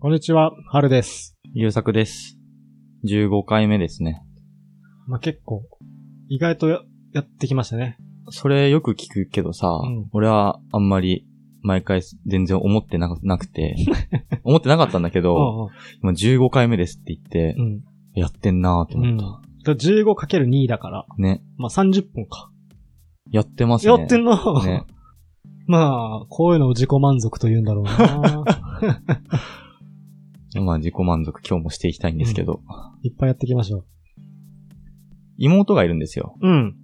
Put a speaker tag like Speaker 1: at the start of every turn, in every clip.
Speaker 1: こんにちは、はるです。
Speaker 2: 優作です。15回目ですね。
Speaker 1: まあ、結構、意外とややってきましたね。
Speaker 2: それよく聞くけどさ、
Speaker 1: うん
Speaker 2: 俺はあんまり毎回全然思ってなな くて、思ってなかったんだけど、今15回目ですって言って
Speaker 1: うん、う、ん。
Speaker 2: やってんなーと思った。
Speaker 1: だ 15×2 だから、
Speaker 2: ね。
Speaker 1: まあ、30分か。
Speaker 2: やってます
Speaker 1: や
Speaker 2: ね。
Speaker 1: ってんの、
Speaker 2: ね
Speaker 1: まあ、こういうのを自己満足と言うんだろう な。
Speaker 2: まあ自己満足今日もしていきたいんですけど、
Speaker 1: いっぱいやっていきましょ
Speaker 2: 妹がいるんですよ。
Speaker 1: う。うん。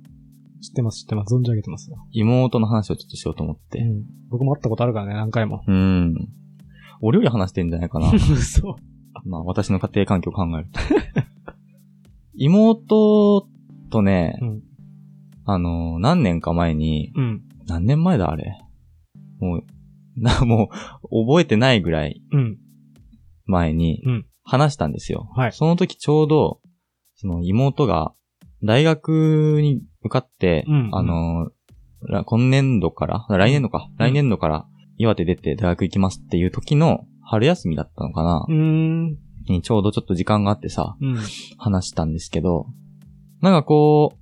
Speaker 1: 知ってます、知ってます。存じ上げてますよ。
Speaker 2: 妹の話をちょっとしようと思っ
Speaker 1: う
Speaker 2: て。
Speaker 1: ん。僕も会ったことあるからね、何回も。
Speaker 2: うん。俺より話してんじゃないか な。
Speaker 1: 嘘。
Speaker 2: まあ私の家庭環境を考えると。妹とね、
Speaker 1: うん
Speaker 2: あの、何年か前に、
Speaker 1: うん。
Speaker 2: 何年前だあれ。もう、な、 もう、覚えてないぐらい
Speaker 1: うん。
Speaker 2: 前に
Speaker 1: うん、
Speaker 2: 話したんですよ。
Speaker 1: はい
Speaker 2: その時ちょうど、その妹が、大学に受かって、
Speaker 1: うん
Speaker 2: あの、ら今年度から、来年度か、来年度から岩手出て大学行きますっていう時の春休みだったのかな
Speaker 1: う、ーん。
Speaker 2: にちょうどちょっと時間があってさ、
Speaker 1: うん。
Speaker 2: 話したんですけど、なんかこう、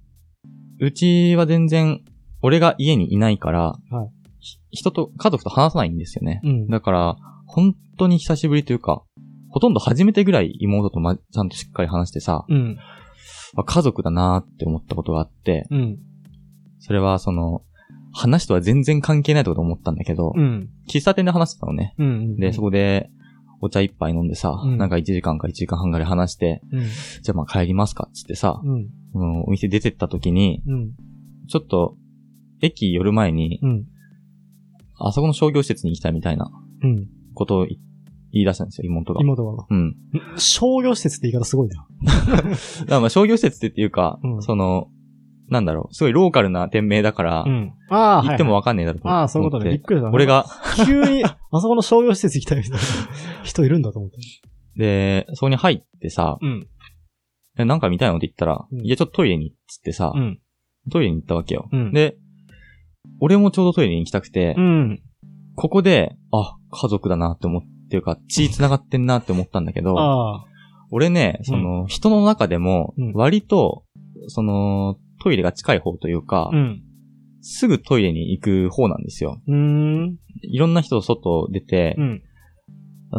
Speaker 2: うちは全然、俺が家にいないから、
Speaker 1: はい
Speaker 2: ひ人と、家族と話さないんですよね。
Speaker 1: うん。
Speaker 2: だから、本当に久しぶりというか、ほとんど初めてぐらい妹とま、ちゃんとしっかり話してさ、
Speaker 1: うん。
Speaker 2: あ家族だなーって思ったことがあって、
Speaker 1: うん。
Speaker 2: それはその、話とは全然関係ないってこと思ったんだけど、
Speaker 1: うん。
Speaker 2: 喫茶店で話してたのね。
Speaker 1: うん。
Speaker 2: で、そこで、お茶一杯飲んでさ、
Speaker 1: うん
Speaker 2: なんか1時間か1時間半ぐらい話して、
Speaker 1: うん。
Speaker 2: じゃあまあ帰りますかっつってさ、
Speaker 1: うん。
Speaker 2: そのお店出てった時に、
Speaker 1: うん。
Speaker 2: ちょっと、駅寄る前に
Speaker 1: う、ん。
Speaker 2: あそこの商業施設に行きたいみたいな
Speaker 1: うん。
Speaker 2: ことをい言い出したんですよ、妹が。
Speaker 1: 妹が。
Speaker 2: うん。
Speaker 1: 商業施設って言い方すごいな。
Speaker 2: だからまあ商業施設っていうか、
Speaker 1: うん
Speaker 2: その、なんだろう、すごいローカルな店名だから、
Speaker 1: ん。ああ、
Speaker 2: 行ってもわかんねえだろうと
Speaker 1: はい
Speaker 2: 思っ
Speaker 1: はい。ああ、
Speaker 2: て。
Speaker 1: そういうことね。びっくりした。
Speaker 2: 俺。が、
Speaker 1: 急に、 あそこの商業施設行きたいみたいな人いるんだと思って。
Speaker 2: で、そこに入ってさ、
Speaker 1: うん。
Speaker 2: えなんか見たいのって言ったら、
Speaker 1: うん
Speaker 2: いや、ちょっとトイレに、つってさ、
Speaker 1: うん。
Speaker 2: トイレに行ったわけよ。
Speaker 1: うん
Speaker 2: で、俺もちょうどトイレに行きたくて、
Speaker 1: うん。
Speaker 2: ここで、あ、家族だなって思っていうか、血繋がってんなって思ったんだけど、
Speaker 1: ああ。
Speaker 2: 俺ね、その、人の中でも
Speaker 1: うん、
Speaker 2: 割と、その、トイレが近い方というか、
Speaker 1: うん。
Speaker 2: すぐトイレに行く方なんですよ。
Speaker 1: うーん。
Speaker 2: いろんな人と外出て
Speaker 1: う、ん。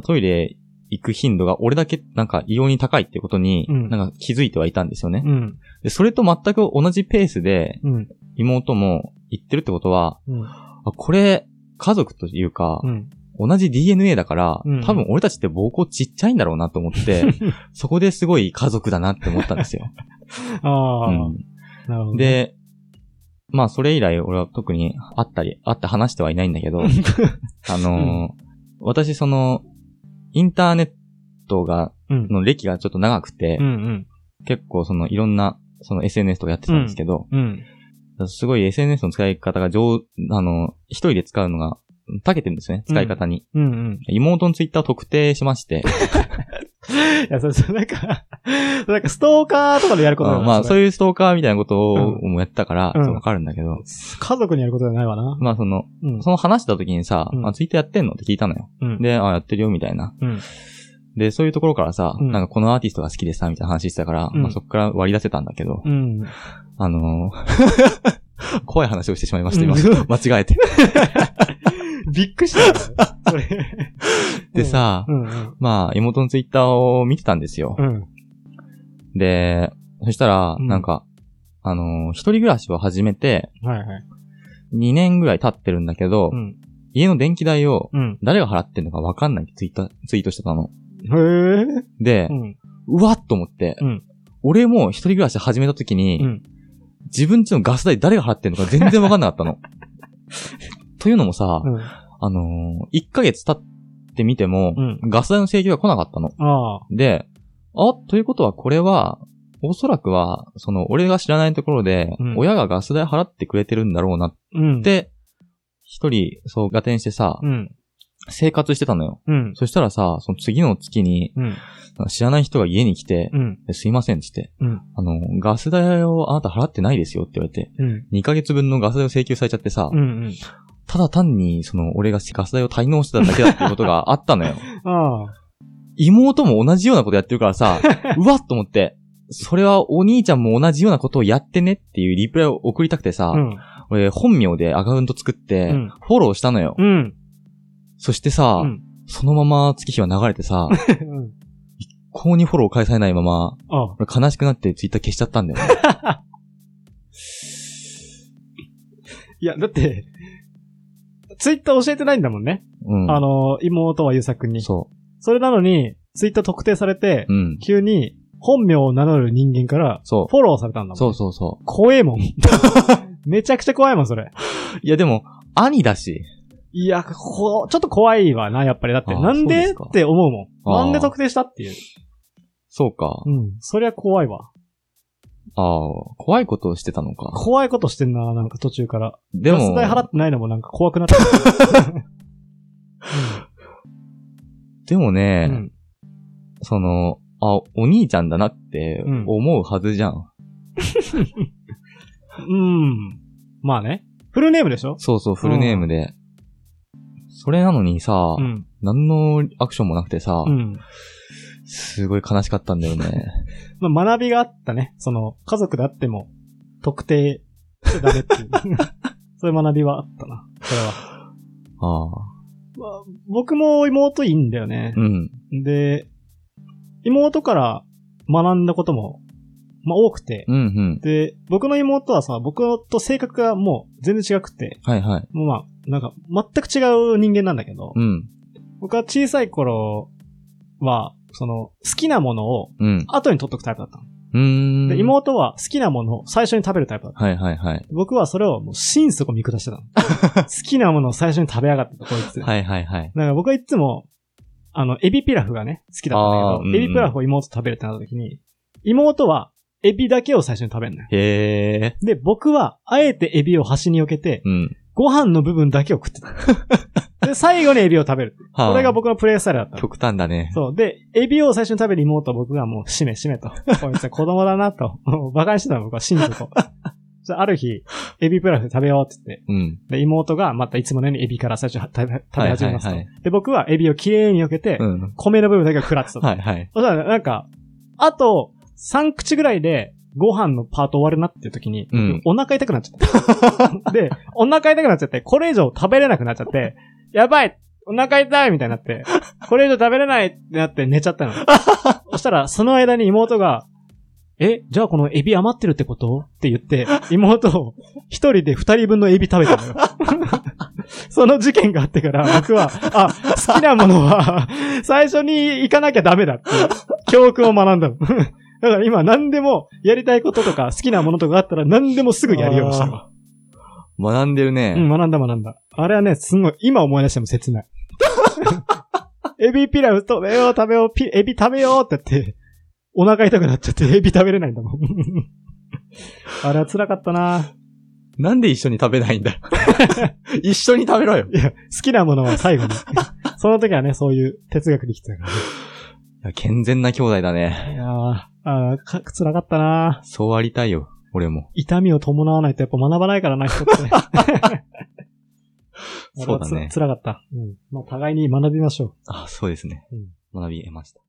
Speaker 2: トイレ行く頻度が俺だけなんか異様に高いってことに、
Speaker 1: うん
Speaker 2: なんか気づいてはいたんですよね
Speaker 1: う。ん。
Speaker 2: でそれと全く同じペースで
Speaker 1: うん。
Speaker 2: 妹も行ってるってことは、
Speaker 1: うん。
Speaker 2: あこれ、家族というか
Speaker 1: う、ん。
Speaker 2: 同じ DNA だから
Speaker 1: うん、
Speaker 2: 多分俺たちって膀胱ちっちゃいんだろうなと 思って、そこですごい家族だなって思ったんですよ。
Speaker 1: ああ、
Speaker 2: うん
Speaker 1: なるほど。、
Speaker 2: で、まあそれ以来俺は特に会ったり、会って話してはいないんだ けど、あのー私その、インターネットが、
Speaker 1: うん。
Speaker 2: の歴がちょっと長くて、
Speaker 1: うん。うん。
Speaker 2: 結構そのいろんな、その SNS とかやってたんですけど、
Speaker 1: うん。
Speaker 2: すごい SNS の使い方が上、あの、一人で使うのが、長けてるんですね、使い方に。
Speaker 1: うん。うん。
Speaker 2: 妹のツイッターを特定し まして、
Speaker 1: いや、それ、それなんか、 なんかストーカーとかでやることだ
Speaker 2: まあそう
Speaker 1: いう。
Speaker 2: いうストーカーみたいなことをもやってたから、
Speaker 1: うん
Speaker 2: そうわかるんだけど、
Speaker 1: 家族にやることじゃないわな。
Speaker 2: まあその、
Speaker 1: うん。
Speaker 2: その話した時にさ、
Speaker 1: うん
Speaker 2: あ、ツイッターやってんのって聞いたのよ。
Speaker 1: うん
Speaker 2: で、あ、やってるよ、みたいな。
Speaker 1: うん
Speaker 2: で、そういうところからさ、
Speaker 1: うん
Speaker 2: なんかこのアーティストが好きでさ、みたいな話してたから、
Speaker 1: うん
Speaker 2: まあ、そこから割り出せたんだけど、
Speaker 1: うん。
Speaker 2: あのー 怖い話をしてしまいました、今。
Speaker 1: うん
Speaker 2: 間違えて。
Speaker 1: びっくりしたよ。それ。
Speaker 2: でさ
Speaker 1: うん。うん。
Speaker 2: まあ、妹のツイッターを見てたんですよ。
Speaker 1: うん。
Speaker 2: で、そしたら、
Speaker 1: うん
Speaker 2: なんか、あのー一人暮らしを始めて、
Speaker 1: はいはい。
Speaker 2: 2年ぐらい経ってるんだけど、
Speaker 1: うん。
Speaker 2: 家の電気代を
Speaker 1: うん。
Speaker 2: 誰が払ってんのかわかんないってツイッター、ツイートしてたの。
Speaker 1: へえ。
Speaker 2: で、
Speaker 1: ん。
Speaker 2: うわっと思って、
Speaker 1: うん
Speaker 2: 俺も一人暮らし始めた時に、
Speaker 1: うん
Speaker 2: 自分家のガス代誰が払ってんのか全然わかんなかっ たの。というのもさ、
Speaker 1: うん。
Speaker 2: あのー、1ヶ月経ってみても、
Speaker 1: うん
Speaker 2: ガス代の請求が来なかったの。
Speaker 1: ああ。
Speaker 2: で、あ、ということはこれは、おそらくは、その、俺が知らないところで、
Speaker 1: うん
Speaker 2: 親がガス代払ってくれてるんだろうなっ
Speaker 1: うん。、
Speaker 2: て、一人、そう、合点してさ、
Speaker 1: うん。
Speaker 2: 生活してたのよ。
Speaker 1: うん。
Speaker 2: そしたらさ、その次の月に、
Speaker 1: うん。
Speaker 2: 知らない人が家に来て、
Speaker 1: うん。
Speaker 2: ですいません、つって。
Speaker 1: うん
Speaker 2: あの、ガス代をあなた払ってないですよって言われて、
Speaker 1: うん。
Speaker 2: 2ヶ月分のガス代を請求されちゃってさ、
Speaker 1: うん。
Speaker 2: ただ単に、その、俺がガス代を滞納してただけだっていうことがあったのよ。
Speaker 1: ああ。
Speaker 2: 妹も同じようなことやってるから さ、うわっと思って、それはお兄ちゃんも同じようなことをやってねっていうリプライを送りたくてさ、
Speaker 1: うん。
Speaker 2: 俺本名でアカウント作って、
Speaker 1: うん
Speaker 2: フォローしたのよ。
Speaker 1: うん。
Speaker 2: そしてさ、
Speaker 1: うん
Speaker 2: そのまま月日は流れてさ、
Speaker 1: うん
Speaker 2: こうにフォロー返されないまま、
Speaker 1: あ
Speaker 2: 俺悲しくなってツイッター消しちゃったんだよね。
Speaker 1: いや、だって、ツイッター教えてないんだもんね。
Speaker 2: うん。
Speaker 1: あの、妹はゆうさくんに。そ
Speaker 2: そ
Speaker 1: れなのに、ツイッター特定されて
Speaker 2: う。、うん。
Speaker 1: 急に本名を名乗る人間から、
Speaker 2: そ
Speaker 1: フォローされたんだも
Speaker 2: う。
Speaker 1: ん。
Speaker 2: そうそうそ
Speaker 1: 怖えもん。 めちゃくちゃ怖いもん、それ。
Speaker 2: う。いやでも、兄だし。
Speaker 1: いや、こちょっと怖いわな、やっぱり。だって、
Speaker 2: あー
Speaker 1: なん
Speaker 2: そうで
Speaker 1: ですっ
Speaker 2: か
Speaker 1: て思うもん。
Speaker 2: あー
Speaker 1: なんで特定したっていう。
Speaker 2: そうか。
Speaker 1: うん。そりゃ怖いわ。
Speaker 2: ああ、怖いことをしてたのか。
Speaker 1: 怖いことしてんな、なんか途中から。
Speaker 2: で
Speaker 1: ガス
Speaker 2: も、
Speaker 1: 代払ってないのもなんか怖くなってき
Speaker 2: でも
Speaker 1: た。
Speaker 2: ね、
Speaker 1: うん。
Speaker 2: その、あ、お兄ちゃんだなって
Speaker 1: うん
Speaker 2: 思うはずじゃん。
Speaker 1: うん。まあね。フルネームでしょ
Speaker 2: そうそう、フルネームで。それなのにさ、
Speaker 1: うん。
Speaker 2: 何のアクションもなくてさ、
Speaker 1: うん。
Speaker 2: すごい悲しかったんだよね。
Speaker 1: まあ、学びがあったね。その、家族であっても、特定しちゃダメって いう。そういう学びはあったな。それは。
Speaker 2: ああ。
Speaker 1: まあ、僕も妹いいんだよね
Speaker 2: う。ん。
Speaker 1: で、妹から学んだことも、まあ、多くて。
Speaker 2: うん、うん。
Speaker 1: で、僕の妹はさ、僕と性格がもう全然違くて、
Speaker 2: はいはい。
Speaker 1: もうまあ、なんか全く違う人間なんだけど、
Speaker 2: うん。
Speaker 1: 僕は小さい頃は、その、好きなものを
Speaker 2: うん。
Speaker 1: 後に取っとくタイプだったの。
Speaker 2: うーん。
Speaker 1: で、妹は好きなものを最初に食べるタイプだった。
Speaker 2: はいはいはい。
Speaker 1: 僕はそれをもう心底見下してたの。 好きなものを最初に食べやがったと、こいつ。
Speaker 2: はいはいはい。
Speaker 1: なんか僕はいつも、あの、エビピラフがね、好きだったん
Speaker 2: あ
Speaker 1: だけ
Speaker 2: ーう
Speaker 1: ど、
Speaker 2: んうん
Speaker 1: エビピラフを妹と食べるってなった時に、妹はエビだけを最初に食べるのよ。
Speaker 2: へえ。
Speaker 1: で、僕は、あえてエビを端に避けて、
Speaker 2: うん。
Speaker 1: ご飯の部分だけを食ってた。 で、最後にエビを食べる。
Speaker 2: は
Speaker 1: これが僕のプレイスタイルだったの。
Speaker 2: 極端だね。
Speaker 1: そう。で、エビを最初に食べる妹は僕がもう、しめしめ と。こいつは子供だなと。バカにしてたの僕は信じとこう。じゃあ、ある日、エビプラフ食べようって言って。
Speaker 2: うん。
Speaker 1: で、妹がまたいつものようにエビから最初は食べ食べ始めますと。
Speaker 2: はいはいは
Speaker 1: で、僕はエビをきれいに避けて、
Speaker 2: うん。
Speaker 1: 米の部分だけを食らってたと。
Speaker 2: はいはい。
Speaker 1: そしたら、なんか、あと、3口ぐらいで、ご飯のパート終わるなっていう時に、
Speaker 2: うん
Speaker 1: お腹痛くなっちゃった。 で、お腹痛くなっちゃって、これ以上食べれなくなっちゃって、やばいお腹痛いみたいになって、これ以上食べれないってなって寝ちゃった の。そしたら、その間に妹が、え、じゃあこのエビ余ってるってことって言って、妹を一人で二人分のエビ食べたのよ。 その事件があってから、僕は、あ、好きなものは、最初に行かなきゃダメだっていう教訓を学んだの。だから今何でもやりたいこととか好きなものとかあったら何でもすぐやるようにしたわ。
Speaker 2: 学んでる
Speaker 1: うん、
Speaker 2: ね。
Speaker 1: 学んだ学んだ。あれはね、すごい、今思い出しても切 ない。エビピラフ食べよう食べよう、ピエビ食べようって言って、お腹痛くなっちゃってエビ食べれないんだ もん。あれは辛かったな
Speaker 2: なんで一緒に食べないん だ一緒に食べろよ。
Speaker 1: いや、好きなものは最後に。 その時はね、そういう哲学できてたからね。
Speaker 2: いや健全な兄弟だね。
Speaker 1: いやーあーか辛かったな
Speaker 2: そうありたいよ。俺も。
Speaker 1: 痛みを伴わないとやっぱ学ばないからな、 人って。
Speaker 2: そうだね
Speaker 1: つ辛かった。うん。まあ、互いに学びましょう。
Speaker 2: あ、そうですね。
Speaker 1: うん
Speaker 2: 学び得ました。